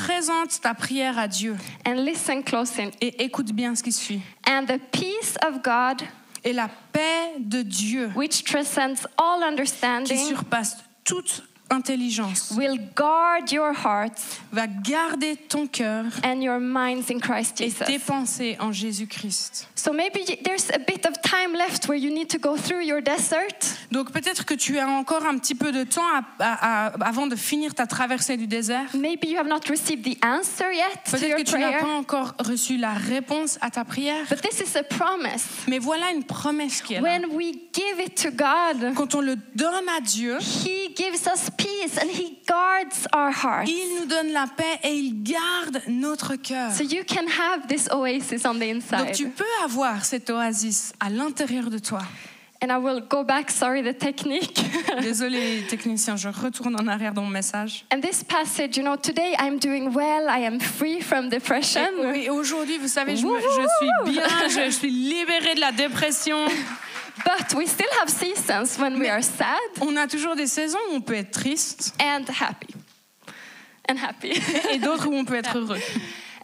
Speaker 3: présente ta prière à Dieu
Speaker 2: And listen closely.
Speaker 3: et écoute bien ce qui suit.
Speaker 2: And the peace of God,
Speaker 3: Et la paix de Dieu,
Speaker 2: which transcends all
Speaker 3: qui
Speaker 2: understanding,
Speaker 3: surpasse toute intelligence,
Speaker 2: will guard your hearts
Speaker 3: va garder ton cœur
Speaker 2: and your minds in Christ
Speaker 3: et
Speaker 2: Jesus.
Speaker 3: tes pensées en Jésus-Christ.
Speaker 2: So maybe y- there's a bit of time left where you need to go through your desert,
Speaker 3: Donc peut-être que tu as encore un petit peu de temps à- à- à- avant de finir ta traversée du désert.
Speaker 2: maybe you have not received the answer yet to
Speaker 3: Peut-être
Speaker 2: your
Speaker 3: que tu n'as pas
Speaker 2: prayer,
Speaker 3: encore reçu la réponse à ta prière.
Speaker 2: but this is a promise.
Speaker 3: Mais voilà une promesse qui est là.
Speaker 2: When we give it to God,
Speaker 3: Quand on le donne à Dieu,
Speaker 2: He gives us peace and He guards our heart.
Speaker 3: il nous donne la paix et il garde notre cœur.
Speaker 2: So you can have this oasis on the
Speaker 3: Donc
Speaker 2: inside.
Speaker 3: tu peux avoir cette oasis à l'intérieur de toi.
Speaker 2: And I will go back, sorry, the technique.
Speaker 3: Désolé technicien, je retourne en arrière dans mon message.
Speaker 2: and this passage, you know, today I'm doing well, I am free from depression.
Speaker 3: Et aujourd'hui, vous savez, je, me- je suis bien, je, je suis libérée de la dépression.
Speaker 2: But we still have seasons when we are sad
Speaker 3: On a toujours des saisons où on peut être triste
Speaker 2: and happy. And happy.
Speaker 3: et d'autres où on peut être heureux.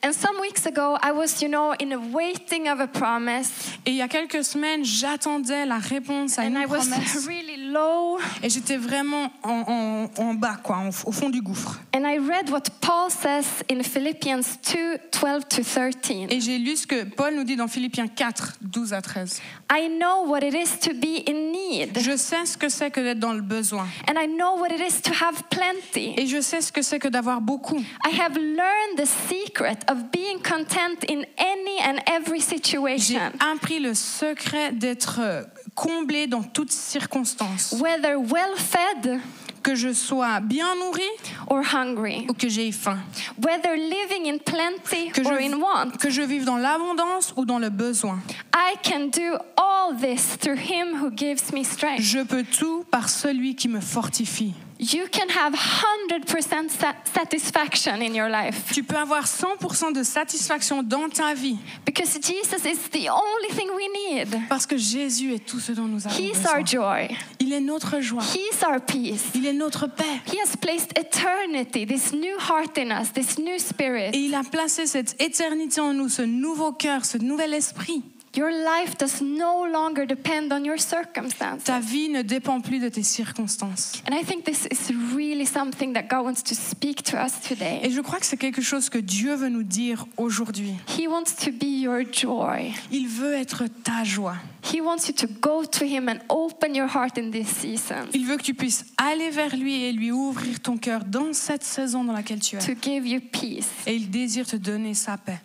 Speaker 2: and some weeks ago, I was, you know, in a waiting of a promise,
Speaker 3: Et il y a quelques semaines, j'attendais la réponse à
Speaker 2: and
Speaker 3: une
Speaker 2: I was
Speaker 3: promesse
Speaker 2: really low.
Speaker 3: et j'étais vraiment en, en- en bas, quoi, en- au fond du gouffre.
Speaker 2: And I read what Paul says in Philippians 2 12 to 13.
Speaker 3: Et j'ai lu ce que Paul nous dit dans Philippiens 4, 12 à 13.
Speaker 2: I know what it is to be in need,
Speaker 3: Je sais ce que c'est que d'être dans le besoin.
Speaker 2: and I know what it is to have plenty.
Speaker 3: Et je sais ce que c'est que d'avoir beaucoup.
Speaker 2: I have learned the secret of being content in any and every
Speaker 3: J'ai
Speaker 2: situation,
Speaker 3: appris le secret d'être euh, comblé dans toutes circonstances.
Speaker 2: whether well fed
Speaker 3: Que je sois bien nourri
Speaker 2: or hungry.
Speaker 3: ou que j'ai faim.
Speaker 2: Whether living in plenty
Speaker 3: Que
Speaker 2: or in
Speaker 3: je,
Speaker 2: want,
Speaker 3: que je vive dans l'abondance ou dans le besoin.
Speaker 2: I can do all this through Him who gives me strength.
Speaker 3: Je peux tout par celui qui me fortifie.
Speaker 2: You can have 100% sa- satisfaction in your life
Speaker 3: Tu peux avoir 100% de satisfaction dans ta vie
Speaker 2: because Jesus is the only thing we need.
Speaker 3: parce que Jésus est tout ce dont nous avons
Speaker 2: He's
Speaker 3: besoin.
Speaker 2: our joy,
Speaker 3: Il est notre joie.
Speaker 2: He's our peace.
Speaker 3: Il est notre paix.
Speaker 2: He has placed eternity, this new heart in us, this new spirit.
Speaker 3: Et il a placé cette éternité en nous, ce nouveau cœur, ce nouvel esprit.
Speaker 2: Your life does no longer depend on your circumstances.
Speaker 3: Ta vie ne dépend plus de tes circonstances.
Speaker 2: And I think this is really something that God wants to speak to us
Speaker 3: Et
Speaker 2: today.
Speaker 3: je crois que c'est quelque chose que Dieu veut nous dire aujourd'hui.
Speaker 2: He wants to be your joy.
Speaker 3: Il veut être ta joie.
Speaker 2: He wants you to go to Him and open your heart in this season
Speaker 3: Il veut que tu puisses aller vers lui et lui ouvrir ton cœur dans cette saison dans laquelle tu es.
Speaker 2: to give you peace.
Speaker 3: Et il désire te donner sa paix.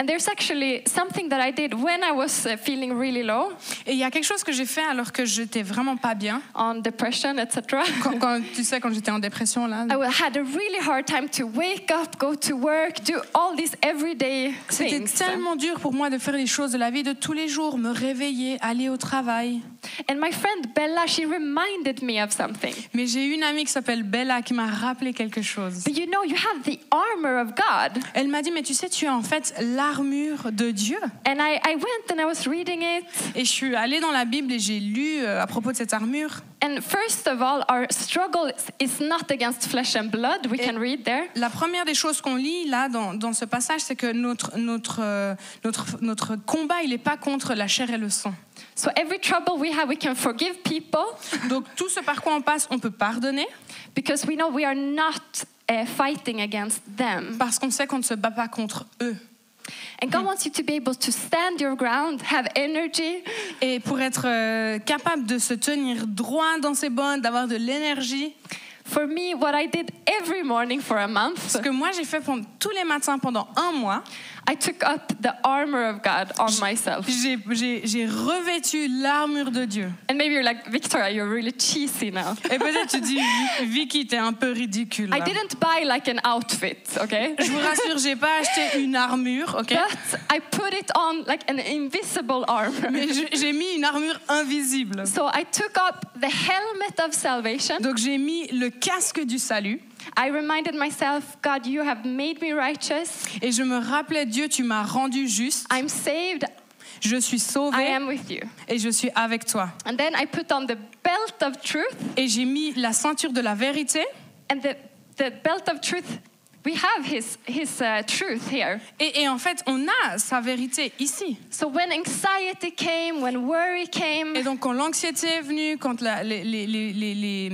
Speaker 2: And there's actually something that I did when I was uh, feeling really low
Speaker 3: Et il y a quelque chose que j'ai fait alors que j'étais vraiment pas bien.
Speaker 2: on depression, etc.
Speaker 3: Quand, quand- tu sais, quand j'étais en dépression, là,
Speaker 2: I wa- had a really hard time to wake up, go to work, do all these everyday
Speaker 3: c'était
Speaker 2: things.
Speaker 3: tellement dur pour moi de faire les choses de la vie de tous les jours, me réveiller, aller au travail.
Speaker 2: And my friend Bella, she reminded me of something.
Speaker 3: Mais j'ai une amie qui s'appelle Bella qui m'a rappelé quelque chose.
Speaker 2: But you know, you have the armor of God.
Speaker 3: Elle m'a dit, mais tu sais, tu es en fait l'armure de Dieu.
Speaker 2: And I, I went and I was reading it.
Speaker 3: Et je suis allée dans la Bible et j'ai lu euh, à propos de cette armure.
Speaker 2: And first of all, our struggle is, is not against flesh and blood. We can read there.
Speaker 3: La première des choses qu'on lit là dans, dans ce passage, c'est que notre, notre, euh, notre, notre combat, il n'est pas contre la chair et le sang.
Speaker 2: So every trouble we have, we can forgive people
Speaker 3: Donc tout ce par quoi on passe, on peut pardonner,
Speaker 2: because we know we are not uh, fighting against them.
Speaker 3: parce qu'on sait qu'on ne se bat pas contre eux.
Speaker 2: And God wants you to be able to stand your ground, have energy,
Speaker 3: Et pour être euh, capable de se tenir droit dans ses bonnes, d'avoir de l'énergie,
Speaker 2: For me, what I did every morning for a month,
Speaker 3: ce que moi j'ai fait pendant- tous les matins pendant un mois,
Speaker 2: I took up the armor of God on myself.
Speaker 3: j'ai- j'ai j'ai revêtu l'armure de Dieu.
Speaker 2: And maybe you're like, Victoria, you're really cheesy now.
Speaker 3: Et peut-être tu dis, Vicky, t'es un peu ridicule.
Speaker 2: I
Speaker 3: là.
Speaker 2: didn't buy like an outfit, okay?
Speaker 3: Je vous rassure, j'ai pas acheté une armure, ok
Speaker 2: But I put it on like an invisible armor.
Speaker 3: Mais je- j'ai mis une armure invisible.
Speaker 2: So I took up the helmet of salvation.
Speaker 3: Donc j'ai mis le casque du salut
Speaker 2: I reminded myself, God, you have made me righteous.
Speaker 3: et je me rappelais Dieu, tu m'as rendu juste,
Speaker 2: I'm saved.
Speaker 3: je suis
Speaker 2: I
Speaker 3: sauvée
Speaker 2: am with you.
Speaker 3: et je suis avec toi.
Speaker 2: And then I put on the belt of truth.
Speaker 3: Et j'ai mis la ceinture de la vérité
Speaker 2: And the, the belt of truth, we have his, his uh, truth here.
Speaker 3: et, et en fait on a sa vérité ici.
Speaker 2: So when anxiety came, when worry came,
Speaker 3: Et donc quand l'anxiété est venue, quand la- les, les- les- les- les-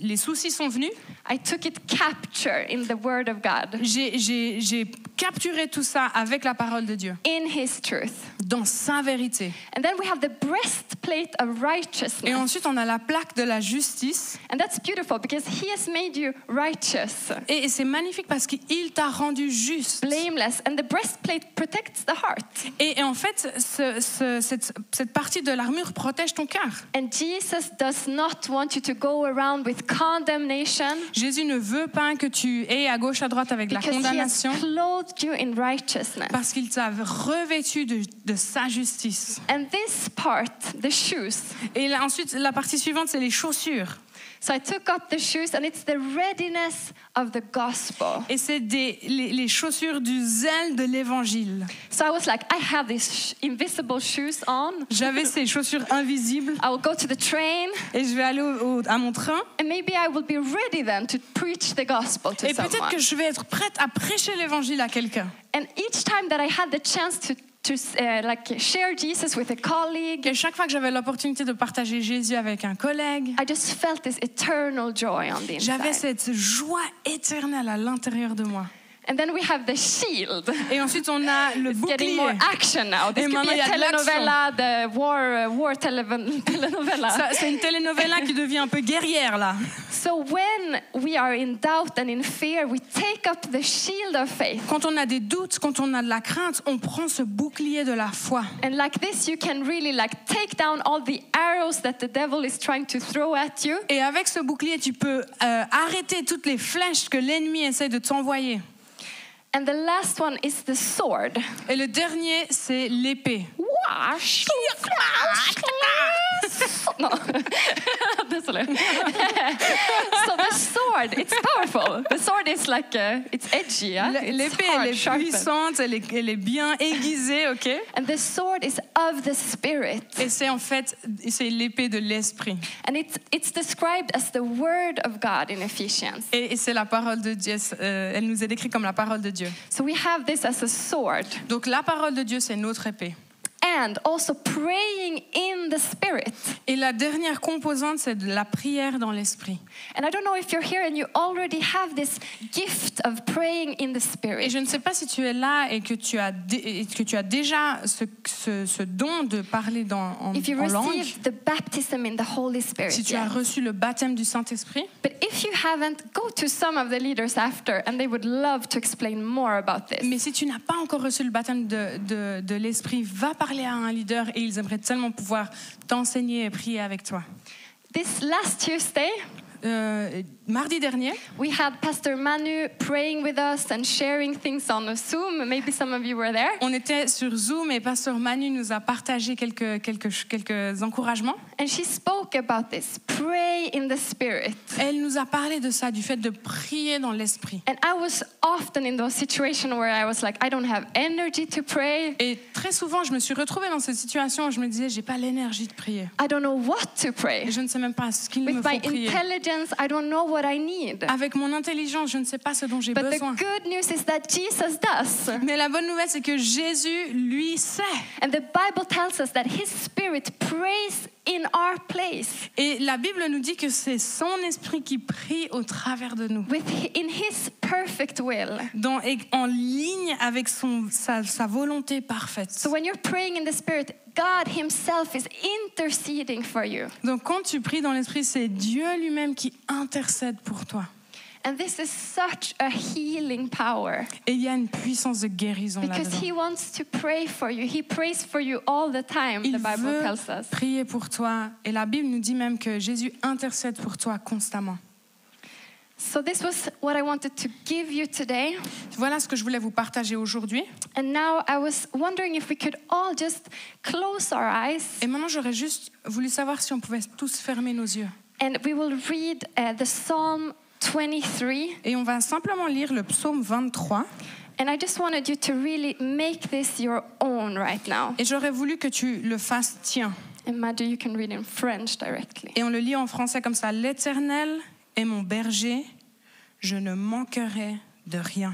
Speaker 3: les soucis sont venus,
Speaker 2: I took it capture in the word of God,
Speaker 3: j'ai- j'ai j'ai capturé tout ça avec la parole de Dieu,
Speaker 2: in his truth.
Speaker 3: dans sa vérité.
Speaker 2: And then we have the breastplate of
Speaker 3: Et
Speaker 2: righteousness.
Speaker 3: ensuite on a la plaque de la justice
Speaker 2: And that's beautiful because he has made you righteous,
Speaker 3: Et, et c'est magnifique parce qu'il t'a rendu juste.
Speaker 2: blameless, and the breastplate protects the heart.
Speaker 3: Et, et en fait, ce- ce- cette, cette partie de l'armure protège ton cœur.
Speaker 2: And Jesus does not want you to go around with condemnation
Speaker 3: Jésus ne veut pas que tu aies à gauche, à droite avec de la
Speaker 2: because he has
Speaker 3: condamnation
Speaker 2: clothed you in righteousness.
Speaker 3: parce qu'il t'a revêtu de, de sa justice.
Speaker 2: And this part, the shoes,
Speaker 3: Et là, ensuite, la partie suivante, c'est les chaussures.
Speaker 2: So I took up the shoes, and it's the readiness of the gospel.
Speaker 3: Et c'est des- les, les chaussures du zèle de l'évangile.
Speaker 2: So I was like, I have these sh- invisible shoes on.
Speaker 3: J'avais ces chaussures invisibles
Speaker 2: I will go to the train,
Speaker 3: et je vais aller au- au- à mon train.
Speaker 2: and maybe I will be ready then to preach the gospel to
Speaker 3: Et peut-être
Speaker 2: someone.
Speaker 3: que je vais être prête à prêcher l'évangile à quelqu'un.
Speaker 2: And each time that I had the chance to, to uh, like share Jesus with a colleague,
Speaker 3: Et chaque fois que j'avais l'opportunité de partager Jésus avec un collègue,
Speaker 2: I just felt this eternal joy on the
Speaker 3: j'avais
Speaker 2: inside.
Speaker 3: cette joie éternelle à l'intérieur de moi.
Speaker 2: And then we have the shield.
Speaker 3: Et ensuite, on a le
Speaker 2: Getting
Speaker 3: bouclier.
Speaker 2: more action now. This
Speaker 3: Et
Speaker 2: could
Speaker 3: maintenant,
Speaker 2: be
Speaker 3: il
Speaker 2: a
Speaker 3: y a de l'action.
Speaker 2: telenovela, the war, uh, war televen- telenovela.
Speaker 3: Ça, C'est une telenovela qui devient un peu guerrière, là.
Speaker 2: So when we are in doubt and in fear, we take up the shield of faith.
Speaker 3: Quand on a des doutes, quand on a de la crainte, on prend ce bouclier de la foi.
Speaker 2: And like this, you can really like take down all the arrows that the devil is trying to throw at you.
Speaker 3: Et avec ce bouclier, tu peux euh, arrêter toutes les flèches que l'ennemi essaie de t'envoyer.
Speaker 2: And the last one is the sword.
Speaker 3: Et le dernier, c'est l'épée.
Speaker 2: Wash. No. Désolé. so the sword, it's powerful. The sword is like uh, it's edgy, yeah?
Speaker 3: Le-
Speaker 2: It's
Speaker 3: L'épée,
Speaker 2: hard,
Speaker 3: elle est
Speaker 2: sharpened.
Speaker 3: puissante, elle est, elle est bien aiguisée, ok
Speaker 2: And the sword is of the spirit.
Speaker 3: Et c'est en fait, c'est l'épée de l'esprit.
Speaker 2: And it's, it's described as the word of God in Ephesians.
Speaker 3: Et, et c'est la parole de Dieu. euh, elle nous est décrite comme la parole de Dieu.
Speaker 2: So we have this as a sword.
Speaker 3: Donc la parole de Dieu, c'est notre épée.
Speaker 2: and also praying in the Spirit.
Speaker 3: Et la dernière composante, c'est de la prière dans l'esprit.
Speaker 2: And I don't know if you're here and you already have this gift of praying in the
Speaker 3: Et
Speaker 2: Spirit.
Speaker 3: je ne sais pas si tu es là et que tu as, dé- et que tu as déjà ce, ce- ce don de parler dans, en,
Speaker 2: If you
Speaker 3: en langue,
Speaker 2: receive the baptism in the Holy Spirit.
Speaker 3: si tu as
Speaker 2: yeah.
Speaker 3: reçu le baptême du Saint-Esprit,
Speaker 2: But if you haven't, go to some of the leaders after and they would love to explain more about this.
Speaker 3: mais si tu n'as pas encore reçu le baptême de, de- de l'Esprit, va parler à un leader et ils aimeraient tellement pouvoir t'enseigner et prier avec toi.
Speaker 2: This last Tuesday,
Speaker 3: Euh, mardi dernier,
Speaker 2: we had Pastor Manu praying with us and sharing things on Zoom. Maybe some of you were there.
Speaker 3: on était sur Zoom et Pasteur Manu nous a partagé quelques, quelques, quelques encouragements.
Speaker 2: And she spoke about this pray in the Spirit.
Speaker 3: Elle nous a parlé de ça, du fait de prier dans l'Esprit.
Speaker 2: And I was often in those situations where I was like, I don't have energy to pray.
Speaker 3: Et très souvent, je me suis retrouvée dans cette situation où je me disais, j'ai pas l'énergie de prier.
Speaker 2: I don't know what to pray.
Speaker 3: Et je ne sais même pas ce qu'il me
Speaker 2: With
Speaker 3: faut
Speaker 2: my
Speaker 3: prier.
Speaker 2: intelligence, I don't know what I need.
Speaker 3: Avec mon intelligence, je ne sais pas ce dont j'ai
Speaker 2: But
Speaker 3: besoin.
Speaker 2: the good news is that Jesus does.
Speaker 3: Mais la bonne nouvelle, c'est que Jésus, lui, sait.
Speaker 2: And the Bible tells us that his spirit prays in our place.
Speaker 3: Et la Bible nous dit que c'est son esprit qui prie au travers de nous.
Speaker 2: With in his perfect will.
Speaker 3: Dans, et en ligne avec son, sa, sa volonté parfaite.
Speaker 2: So when you're praying in the spirit, God himself is interceding for you.
Speaker 3: Donc quand tu pries dans l'esprit, c'est Dieu lui-même qui intercède pour toi.
Speaker 2: And this is such a healing power
Speaker 3: Et il y a une puissance de guérison
Speaker 2: because
Speaker 3: là-dedans.
Speaker 2: he wants to pray for you. He prays for you all the time,
Speaker 3: Il
Speaker 2: the Bible tells
Speaker 3: veut
Speaker 2: us.
Speaker 3: prier pour toi. Et la Bible nous dit même que Jésus intercède pour toi constamment.
Speaker 2: So this was what I wanted to give you today.
Speaker 3: Voilà ce que je voulais vous partager aujourd'hui.
Speaker 2: And now I was wondering if we could all just close our eyes
Speaker 3: Et maintenant, j'aurais juste voulu savoir si on pouvait tous fermer nos yeux.
Speaker 2: And we will read uh, the Psalm 23.
Speaker 3: Et on va simplement lire le psaume 23.
Speaker 2: And I just wanted you to really make this your own right now.
Speaker 3: Et j'aurais voulu que tu le fasses tiens.
Speaker 2: And Madhu, you can read in French directly.
Speaker 3: Et on le lit en français comme ça. L'Éternel est mon berger, je ne manquerai de rien.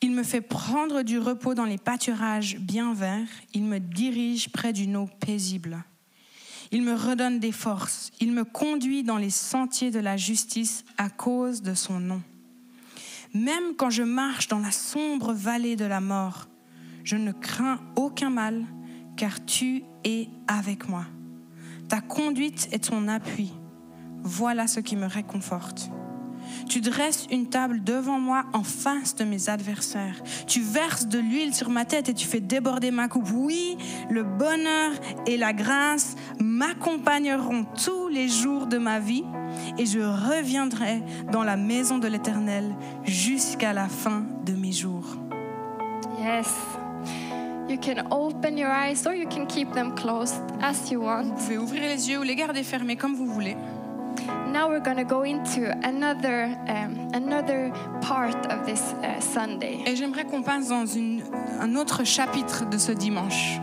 Speaker 3: Il me fait prendre du repos dans les pâturages bien verts, il me dirige près d'une eau paisible. Il me redonne des forces, il me conduit dans les sentiers de la justice à cause de son nom. Même quand je marche dans la sombre vallée de la mort, je ne crains aucun mal, car tu es avec moi. Ta conduite est ton appui. Voilà ce qui me réconforte. Tu dresses une table devant moi en face de mes adversaires. Tu verses de l'huile sur ma tête et tu fais déborder ma coupe. Oui, le bonheur et la grâce m'accompagneront tous les jours de ma vie et je reviendrai dans la maison de l'Éternel jusqu'à la fin de mes jours.
Speaker 2: Yes. You can open your eyes or you can keep them closed as you want.
Speaker 3: Vous pouvez ouvrir les yeux ou les garder fermés comme vous voulez.
Speaker 2: Now we're going to go into another, um, another part of this uh, Sunday.
Speaker 3: Et j'aimerais qu'on passe dans une- un autre chapitre de ce dimanche.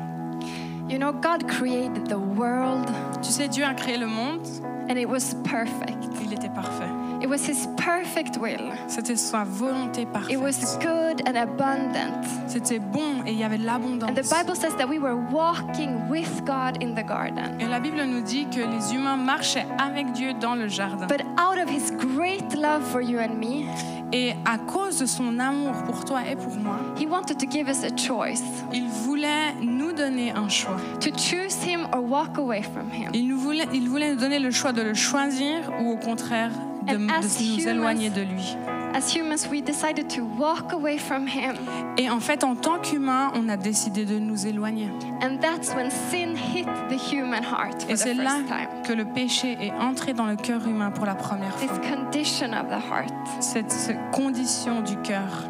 Speaker 2: You know, God created the world
Speaker 3: Tu sais, Dieu a créé le monde,
Speaker 2: and it was perfect.
Speaker 3: il était parfait.
Speaker 2: It was His perfect will.
Speaker 3: C'était sa volonté
Speaker 2: It
Speaker 3: parfaite.
Speaker 2: was good and abundant.
Speaker 3: C'était bon et il y avait de l'abondance.
Speaker 2: And the Bible says that we were walking with God in the garden.
Speaker 3: Et la Bible nous dit que les humains marchaient avec Dieu dans le jardin.
Speaker 2: But out of His great love for you and me,
Speaker 3: Et à cause de son amour pour toi et pour moi,
Speaker 2: He wanted to give us a choice
Speaker 3: il voulait nous donner un choix.
Speaker 2: to choose Him or walk away from Him.
Speaker 3: Il, nous voulait, il voulait nous donner le choix de le choisir ou au contraire de,
Speaker 2: And as
Speaker 3: de nous
Speaker 2: humans-
Speaker 3: éloigner de lui.
Speaker 2: As humans, we decided to walk away from Him.
Speaker 3: Et en fait, en tant qu'humains, on a décidé de nous éloigner.
Speaker 2: And that's when sin hit the human heart for
Speaker 3: Et
Speaker 2: the
Speaker 3: c'est là
Speaker 2: first time.
Speaker 3: que le péché est entré dans le cœur humain pour la première
Speaker 2: This
Speaker 3: fois.
Speaker 2: condition of the heart.
Speaker 3: Cette cette condition du cœur.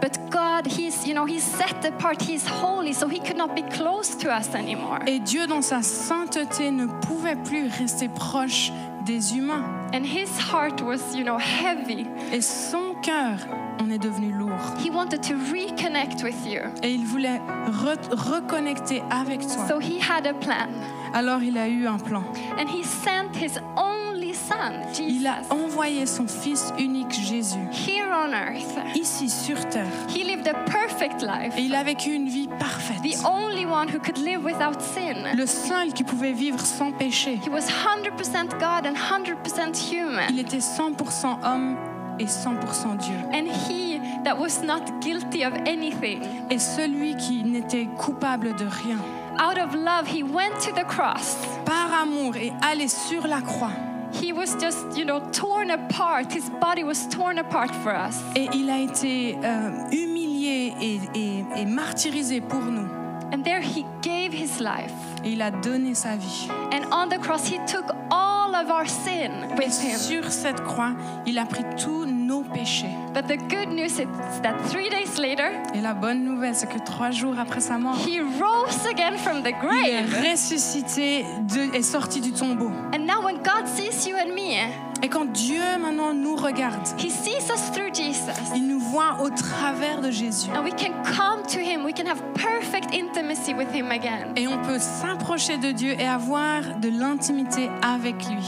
Speaker 2: But God, He's, you know, He's set apart, He's holy, so He could not be close to us anymore.
Speaker 3: Et Dieu, dans sa sainteté, ne pouvait plus rester proche des humains.
Speaker 2: And His heart was, you know, heavy.
Speaker 3: Et son cœur en est devenu lourd.
Speaker 2: He wanted to reconnect with you.
Speaker 3: Et il voulait re- reconnecter avec toi.
Speaker 2: So he had a plan.
Speaker 3: Alors il a eu un plan.
Speaker 2: And he sent his only son,
Speaker 3: Il a
Speaker 2: Jesus,
Speaker 3: envoyé son Fils unique Jésus
Speaker 2: here on earth.
Speaker 3: ici sur terre.
Speaker 2: He lived a perfect life,
Speaker 3: Et il a vécu une vie parfaite.
Speaker 2: the only one who could live without sin.
Speaker 3: Le seul qui pouvait vivre sans péché.
Speaker 2: He was 100% God and 100%
Speaker 3: Il
Speaker 2: human.
Speaker 3: était 100% homme et 100% Dieu.
Speaker 2: And he that was not guilty of anything.
Speaker 3: Et celui qui n'était coupable de rien.
Speaker 2: Out of love, he went to the cross.
Speaker 3: Par amour et allé sur la croix.
Speaker 2: He was just, you know, torn apart. His body was torn apart for us.
Speaker 3: Et il a été euh, humilié et, et- et martyrisé pour nous.
Speaker 2: And there he gave his life.
Speaker 3: Et il a donné sa vie.
Speaker 2: And on the cross, he took all of our sin
Speaker 3: Et
Speaker 2: with him.
Speaker 3: sur cette croix, il a pris tous nos péchés.
Speaker 2: But the good news is that three days later,
Speaker 3: Et la bonne nouvelle, c'est que trois jours après sa mort,
Speaker 2: he rose again from the
Speaker 3: il est
Speaker 2: grave.
Speaker 3: ressuscité de- et sorti du tombeau.
Speaker 2: And now, when God sees you and me,
Speaker 3: Et quand Dieu maintenant nous regarde,
Speaker 2: he sees us through Jesus.
Speaker 3: il nous voit au travers de Jésus.
Speaker 2: And we can come to him, we can have perfect intimacy with him again.
Speaker 3: Et on peut s'approcher de Dieu et avoir de l'intimité avec lui.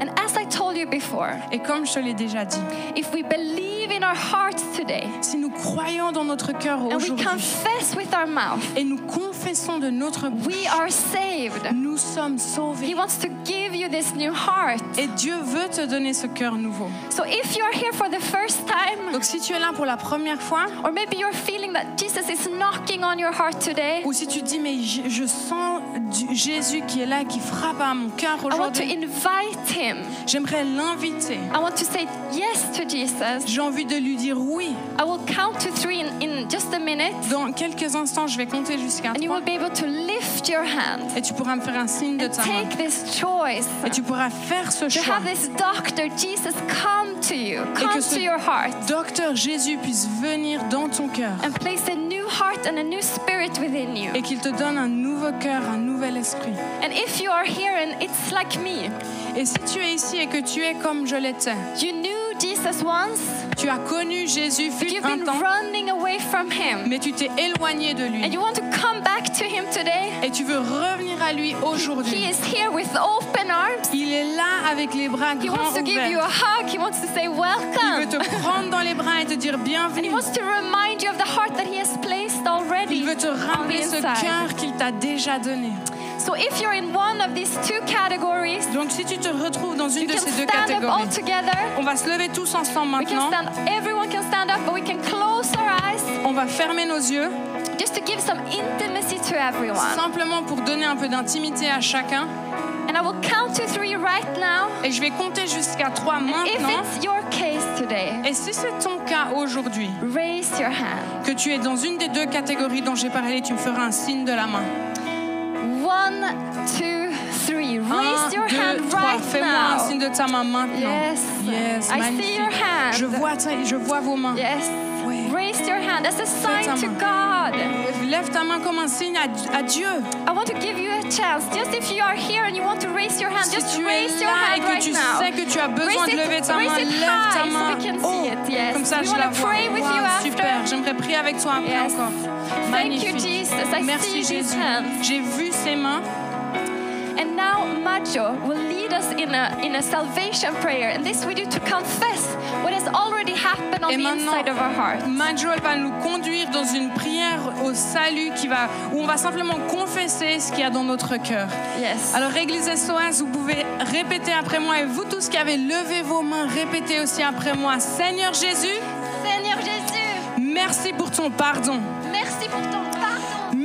Speaker 2: And as I told you before,
Speaker 3: Et comme je te l'ai déjà dit,
Speaker 2: if we believe in our hearts today,
Speaker 3: si nous croyons dans notre cœur
Speaker 2: and we
Speaker 3: aujourd'hui
Speaker 2: confess with our mouth,
Speaker 3: et nous confessons de notre
Speaker 2: We
Speaker 3: bouche,
Speaker 2: are saved.
Speaker 3: nous sommes
Speaker 2: He
Speaker 3: sauvés.
Speaker 2: wants to give you this new heart.
Speaker 3: Et Dieu veut te donner ce cœur nouveau.
Speaker 2: So if you are here for the first time,
Speaker 3: Donc si tu es là pour la première fois,
Speaker 2: or maybe you're feeling that Jesus is knocking on your heart today,
Speaker 3: ou si tu dis mais je, je sens du- Jésus qui est là et qui frappe à mon cœur
Speaker 2: I want to
Speaker 3: aujourd'hui,
Speaker 2: invite him.
Speaker 3: j'aimerais l'inviter.
Speaker 2: I want to say yes to Jesus.
Speaker 3: J'ai envie de lui dire oui.
Speaker 2: I will count to three in, in just a minute,
Speaker 3: Dans quelques instants, je vais compter jusqu'à
Speaker 2: and you will
Speaker 3: trois
Speaker 2: be able to lift your hand
Speaker 3: et tu pourras me faire un signe de
Speaker 2: and
Speaker 3: ta main.
Speaker 2: take this choice.
Speaker 3: Et tu pourras faire ce
Speaker 2: To
Speaker 3: choix.
Speaker 2: have this doctor, Jesus, come to you,
Speaker 3: que
Speaker 2: come
Speaker 3: ce-
Speaker 2: to your heart,
Speaker 3: Docteur Jésus puisse venir dans ton cœur
Speaker 2: and place a new heart and a new spirit within you.
Speaker 3: et qu'il te donne un nouveau cœur, un nouvel esprit.
Speaker 2: And if you are here and it's like me,
Speaker 3: Et si tu es ici et que tu es comme je l'étais,
Speaker 2: you knew Jesus once,
Speaker 3: tu as connu Jésus
Speaker 2: but
Speaker 3: fut
Speaker 2: you've
Speaker 3: un
Speaker 2: been
Speaker 3: temps,
Speaker 2: running away from him,
Speaker 3: mais tu t'es éloigné de
Speaker 2: and
Speaker 3: lui
Speaker 2: you want to come back to him today,
Speaker 3: et tu veux revenir à lui
Speaker 2: he
Speaker 3: aujourd'hui.
Speaker 2: is here with open arms.
Speaker 3: Il est là avec les bras
Speaker 2: He wants
Speaker 3: grands
Speaker 2: to give you a
Speaker 3: ouverts.
Speaker 2: hug, he wants to say
Speaker 3: Il veut
Speaker 2: welcome,
Speaker 3: te prendre dans les bras et te dire
Speaker 2: and he
Speaker 3: bienvenue.
Speaker 2: wants to remind you of the heart that he has placed
Speaker 3: Il
Speaker 2: already
Speaker 3: veut te
Speaker 2: on the
Speaker 3: ramener ce
Speaker 2: inside.
Speaker 3: cœur qu'il t'a déjà donné.
Speaker 2: So if you're in one of these two categories,
Speaker 3: Donc si tu te retrouves dans
Speaker 2: you
Speaker 3: une de
Speaker 2: can
Speaker 3: ces deux
Speaker 2: stand up all
Speaker 3: catégories,
Speaker 2: together.
Speaker 3: on va se lever tous ensemble
Speaker 2: We can
Speaker 3: maintenant.
Speaker 2: stand, everyone can stand up, but we can close our eyes
Speaker 3: On va fermer nos yeux
Speaker 2: just to give some intimacy to everyone.
Speaker 3: simplement pour donner un peu d'intimité à chacun.
Speaker 2: And I will count to three right now.
Speaker 3: Et je vais compter jusqu'à trois
Speaker 2: If
Speaker 3: maintenant.
Speaker 2: it's your case today,
Speaker 3: Et si c'est ton cas aujourd'hui,
Speaker 2: raise your hand.
Speaker 3: que tu es dans une des deux catégories dont j'ai parlé, tu me feras un signe de la main.
Speaker 2: One, two, three.
Speaker 3: Un,
Speaker 2: Raise your
Speaker 3: deux,
Speaker 2: hand
Speaker 3: Ah, trois.
Speaker 2: right
Speaker 3: Fais-moi un signe
Speaker 2: now.
Speaker 3: de ta main maintenant.
Speaker 2: Yes.
Speaker 3: Yes,
Speaker 2: I see your
Speaker 3: magnifique.
Speaker 2: hand.
Speaker 3: Je vois, ta- je vois vos mains.
Speaker 2: Yes.
Speaker 3: Oui.
Speaker 2: Raise your hand as a sign to
Speaker 3: main.
Speaker 2: God.
Speaker 3: Lève ta main comme un signe à, à Dieu.
Speaker 2: I want to give you a chance. Just if you are here and you want to raise your hand,
Speaker 3: Si
Speaker 2: just
Speaker 3: tu es
Speaker 2: raise your
Speaker 3: là et
Speaker 2: hand
Speaker 3: que
Speaker 2: right
Speaker 3: tu
Speaker 2: now.
Speaker 3: sais que tu as besoin
Speaker 2: Raise
Speaker 3: de
Speaker 2: it-
Speaker 3: lever ta
Speaker 2: raise
Speaker 3: main,
Speaker 2: it
Speaker 3: lève ta
Speaker 2: high so
Speaker 3: main.
Speaker 2: we can see
Speaker 3: Oh,
Speaker 2: it, yes.
Speaker 3: Comme ça,
Speaker 2: We
Speaker 3: je
Speaker 2: wanna
Speaker 3: la vois.
Speaker 2: pray with
Speaker 3: Wow,
Speaker 2: you after.
Speaker 3: super. J'aimerais prier avec toi après
Speaker 2: Yes.
Speaker 3: encore.
Speaker 2: you,
Speaker 3: Magnifique.
Speaker 2: Jesus. I
Speaker 3: Merci
Speaker 2: see these
Speaker 3: Jésus.
Speaker 2: hands.
Speaker 3: J'ai vu ses mains.
Speaker 2: And now Majo will lead us in a, in a salvation prayer. And this we do to confess what has already happened on
Speaker 3: Et
Speaker 2: the
Speaker 3: maintenant,
Speaker 2: inside of our heart.
Speaker 3: Majo elle va nous conduire dans une prière au salut qui va, où on va simplement confesser ce qu'il y a dans notre cœur.
Speaker 2: Yes.
Speaker 3: Alors, Église SOS, vous pouvez répéter après moi et vous tous qui avez levé vos mains, répétez aussi après moi. Seigneur Jésus,
Speaker 2: Seigneur Jésus,
Speaker 3: merci pour ton pardon.
Speaker 2: merci pour ton pardon.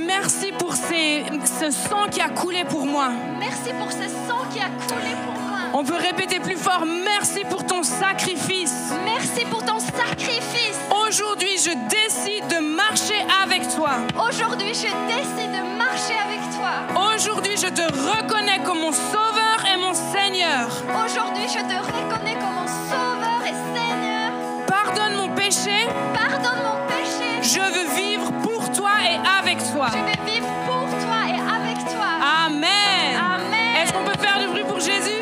Speaker 3: Merci pour ces- ce sang qui a coulé pour moi.
Speaker 2: Merci pour ce sang qui a coulé pour moi.
Speaker 3: On peut répéter plus fort, merci pour ton sacrifice.
Speaker 2: Merci pour ton sacrifice.
Speaker 3: Aujourd'hui, je décide de marcher avec toi.
Speaker 2: Aujourd'hui, je décide de marcher avec toi.
Speaker 3: Aujourd'hui, je te reconnais comme mon sauveur et mon Seigneur.
Speaker 2: Aujourd'hui, je te reconnais comme mon sauveur et Seigneur.
Speaker 3: Pardonne mon péché.
Speaker 2: Pardonne mon péché.
Speaker 3: Je veux vivre pour toi et avec toi.
Speaker 2: Je vais vivre pour toi et avec toi.
Speaker 3: Amen.
Speaker 2: Amen.
Speaker 3: Est-ce qu'on peut faire du bruit pour Jésus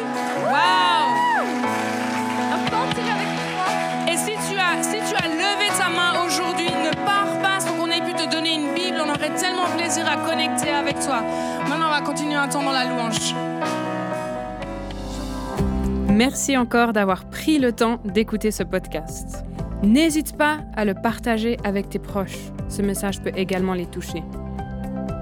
Speaker 3: Waouh
Speaker 2: On continue avec moi.
Speaker 3: Et si tu as si tu as levé ta main aujourd'hui, ne pars pas sans qu'on ait pu te donner une Bible. On aurait tellement plaisir à connecter avec toi. Maintenant, on va continuer un temps dans la louange.
Speaker 1: Merci encore d'avoir pris le temps d'écouter ce podcast. N'hésite pas à le partager avec tes proches. Ce message peut également les toucher.